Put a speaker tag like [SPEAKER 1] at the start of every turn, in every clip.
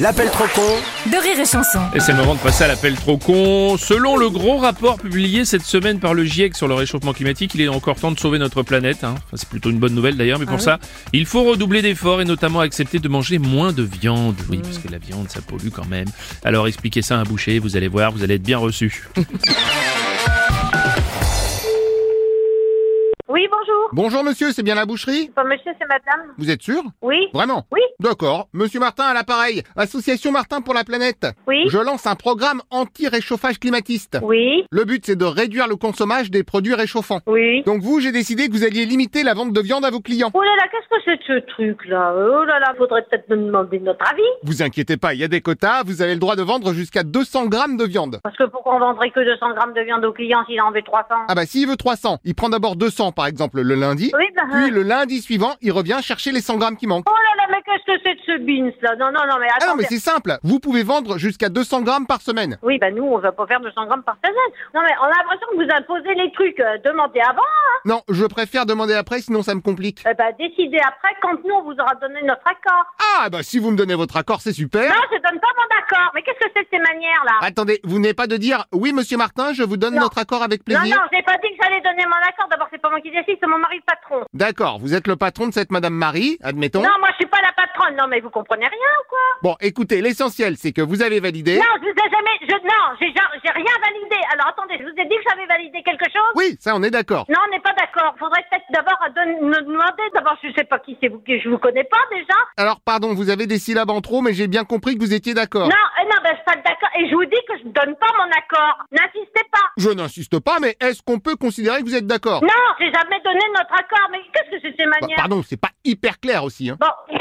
[SPEAKER 1] L'appel trop con
[SPEAKER 2] de rire et chanson.
[SPEAKER 3] Et c'est le moment de passer à l'appel trop con. Selon le gros rapport publié cette semaine par le GIEC sur le réchauffement climatique, il est encore temps de sauver notre planète. hein. Enfin, c'est plutôt une bonne nouvelle d'ailleurs, mais pour ça, il faut redoubler d'efforts et notamment accepter de manger moins de viande. Oui, parce que la viande, ça pollue quand même. Alors expliquez ça à un boucher, vous allez voir, vous allez être bien reçu.
[SPEAKER 4] Oui, bonjour.
[SPEAKER 5] Bonjour monsieur, c'est bien la boucherie
[SPEAKER 4] Bon, monsieur, c'est madame.
[SPEAKER 5] Vous êtes sûr
[SPEAKER 4] Oui,
[SPEAKER 5] Vraiment
[SPEAKER 4] Oui.
[SPEAKER 5] D'accord. Monsieur Martin à l'appareil. Association Martin pour la planète.
[SPEAKER 4] Oui.
[SPEAKER 5] Je lance un programme anti-réchauffage climatiste.
[SPEAKER 4] oui,
[SPEAKER 5] Le but c'est de réduire le consommage des produits réchauffants.
[SPEAKER 4] oui.
[SPEAKER 5] Donc vous, j'ai décidé que vous alliez limiter la vente de viande à vos clients.
[SPEAKER 4] Oh là là, qu'est-ce que c'est que ce truc-là Oh là là, faudrait peut-être nous demander notre avis.
[SPEAKER 5] Vous inquiétez pas, il y a des quotas, vous avez le droit de vendre jusqu'à 200 grammes de viande.
[SPEAKER 4] Parce que pourquoi on vendrait que 200 grammes de viande aux clients s'il en veut 300
[SPEAKER 5] Ah bah s'il veut 300, il prend d'abord 200 par exemple le lundi,
[SPEAKER 4] Oui, ben...
[SPEAKER 5] puis le lundi suivant, il revient chercher les 100 grammes qui manquent.
[SPEAKER 4] Oh là là, mais qu'est-ce que c'est de ce beans, là Non, non, non, mais
[SPEAKER 5] Ah non mais
[SPEAKER 4] attendez.
[SPEAKER 5] c'est simple, vous pouvez vendre jusqu'à 200 grammes par semaine.
[SPEAKER 4] oui, bah nous, on va pas faire 200 grammes par semaine. Non, mais on a l'impression que vous imposez les trucs. euh, demandez avant, hein.
[SPEAKER 5] Non, je préfère demander après sinon ça me complique.
[SPEAKER 4] Eh ben, décidez après quand nous, on vous aura donné notre accord.
[SPEAKER 5] Ah bah si vous me donnez votre accord, c'est super.
[SPEAKER 4] Non, je donne pas mon accord. Mais qu'est-ce que c'est de ces manières-là
[SPEAKER 5] Attendez, vous n'êtes pas de dire oui monsieur Martin, je vous donne
[SPEAKER 4] Non.
[SPEAKER 5] notre accord avec
[SPEAKER 4] Non,
[SPEAKER 5] plaisir.
[SPEAKER 4] non, j'ai pas dit que j'allais donner mon accord. D'abord, c'est pas moi qui décide, c'est mon mari le patron.
[SPEAKER 5] D'accord, vous êtes le patron de cette madame Marie, admettons.
[SPEAKER 4] Non, moi je suis pas la patronne. Non, mais vous comprenez rien ou quoi
[SPEAKER 5] Bon, écoutez, l'essentiel c'est que vous avez validé.
[SPEAKER 4] Non, je vous ai jamais. Je... Non, j'ai ja- j'ai rien validé. Alors attendez, je vous ai dit que j'avais validé quelque chose
[SPEAKER 5] Oui, ça on est d'accord.
[SPEAKER 4] Non, on n'est pas d'accord. Faudrait peut-être d'abord don- me demander. D'abord, je sais pas qui c'est vous, que je vous connais pas déjà.
[SPEAKER 5] Alors pardon, vous avez des syllabes en trop, mais j'ai bien compris que vous étiez d'accord.
[SPEAKER 4] Non, euh, non, ben je suis pas d'accord. Et je vous dis que je donne pas mon accord. N'insistez pas.
[SPEAKER 5] Je n'insiste pas, mais est-ce qu'on peut considérer que vous êtes d'accord
[SPEAKER 4] Non, j'ai jamais donné notre accord. Mais qu'est-ce que c'est de ces
[SPEAKER 5] Bah,
[SPEAKER 4] manières
[SPEAKER 5] Pardon, c'est pas hyper clair aussi. Hein.
[SPEAKER 4] Bon,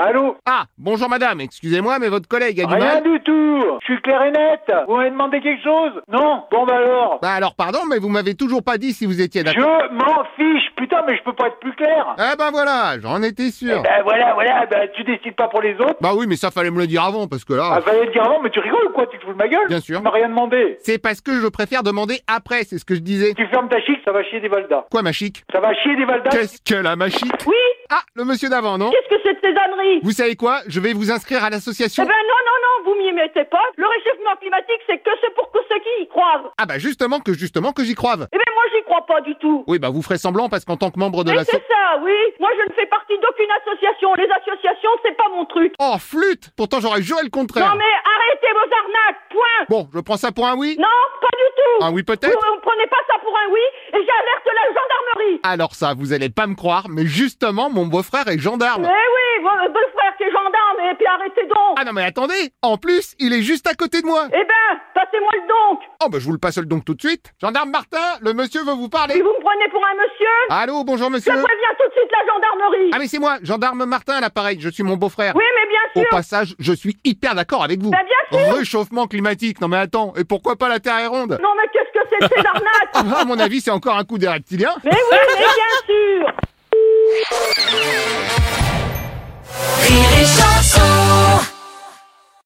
[SPEAKER 6] Allô
[SPEAKER 5] Ah, bonjour madame, excusez-moi, mais votre collègue a du
[SPEAKER 6] Rien
[SPEAKER 5] mal.
[SPEAKER 6] du tout Je suis clair et net Vous m'avez demandé quelque chose Non Bon bah alors
[SPEAKER 5] Bah alors pardon, mais vous m'avez toujours pas dit si vous étiez d'accord.
[SPEAKER 6] Je m'en fiche Putain mais je peux pas être plus clair
[SPEAKER 5] Bah, Ah ben voilà, j'en étais
[SPEAKER 7] Eh
[SPEAKER 5] sûr.
[SPEAKER 6] Ben voilà, voilà, ben tu décides pas pour les autres
[SPEAKER 5] Bah oui, mais ça fallait me le dire avant, parce que là...
[SPEAKER 6] Ah fallait le dire avant, mais tu rigoles ou quoi Tu te fous de ma gueule
[SPEAKER 5] Bien sûr.
[SPEAKER 6] Tu m'as rien demandé
[SPEAKER 5] C'est parce que je préfère demander après, c'est ce que je disais.
[SPEAKER 6] Tu fermes ta chic, ça va chier des valdas
[SPEAKER 5] Quoi, ma chic
[SPEAKER 6] Ça va chier des valdas
[SPEAKER 5] Qu'est-ce que la ma chic
[SPEAKER 4] oui.
[SPEAKER 5] Ah, le monsieur d'avant, non
[SPEAKER 4] Qu'est-ce que c'est de ces âneries
[SPEAKER 5] Vous savez quoi Je vais vous inscrire à
[SPEAKER 7] Eh
[SPEAKER 5] l'association.
[SPEAKER 7] ben non, non, non, vous m'y mettez pas. Le réchauffement climatique, c'est que c'est pour que ceux qui y croient.
[SPEAKER 5] Ah bah justement que justement que j'y croive.
[SPEAKER 7] Eh ben moi, j'y crois pas du tout.
[SPEAKER 5] Oui, bah vous ferez semblant parce qu'en tant que membre de
[SPEAKER 7] Mais
[SPEAKER 5] l'asso...
[SPEAKER 7] c'est ça, oui. Moi, je ne fais partie d'aucune association. Les associations, c'est pas mon truc.
[SPEAKER 5] Oh, flûte Pourtant j'aurais juré le contraire.
[SPEAKER 7] Non mais arrêtez vos arnaques, point.
[SPEAKER 5] Bon, je prends ça pour un oui
[SPEAKER 7] Non, pas du tout.
[SPEAKER 5] Un oui peut-être
[SPEAKER 7] Vous ne prenez pas ça pour un oui et j'alerte la gendarmerie.
[SPEAKER 5] Alors ça, vous allez pas me croire, mais justement, mon beau-frère est
[SPEAKER 7] Eh
[SPEAKER 5] gendarme.
[SPEAKER 7] oui, votre beau-frère qui est gendarme, et puis arrêtez donc.
[SPEAKER 5] Ah non mais attendez En plus, il est juste à côté de moi
[SPEAKER 7] Eh ben, passez-moi le donc.
[SPEAKER 5] Oh bah je vous le passe donc tout de suite. Gendarme Martin, le monsieur veut vous
[SPEAKER 7] Si
[SPEAKER 5] parler.
[SPEAKER 7] vous me prenez pour un monsieur,
[SPEAKER 5] Allô, bonjour
[SPEAKER 7] je
[SPEAKER 5] monsieur.
[SPEAKER 7] préviens tout de suite la gendarmerie.
[SPEAKER 5] Ah mais c'est moi, gendarme Martin à l'appareil, je suis mon beau-frère.
[SPEAKER 7] Oui, mais bien
[SPEAKER 5] Au
[SPEAKER 7] sûr.
[SPEAKER 5] passage, je suis hyper d'accord avec vous.
[SPEAKER 7] Bah, bien sûr.
[SPEAKER 5] Réchauffement climatique, non mais attends, et pourquoi pas la Terre est ronde Ah,
[SPEAKER 7] Non mais qu'est-ce que c'est que ces arnaques
[SPEAKER 5] À mon avis, c'est encore un coup des reptiliens.
[SPEAKER 7] Mais oui, mais bien sûr
[SPEAKER 2] Rire et chanson.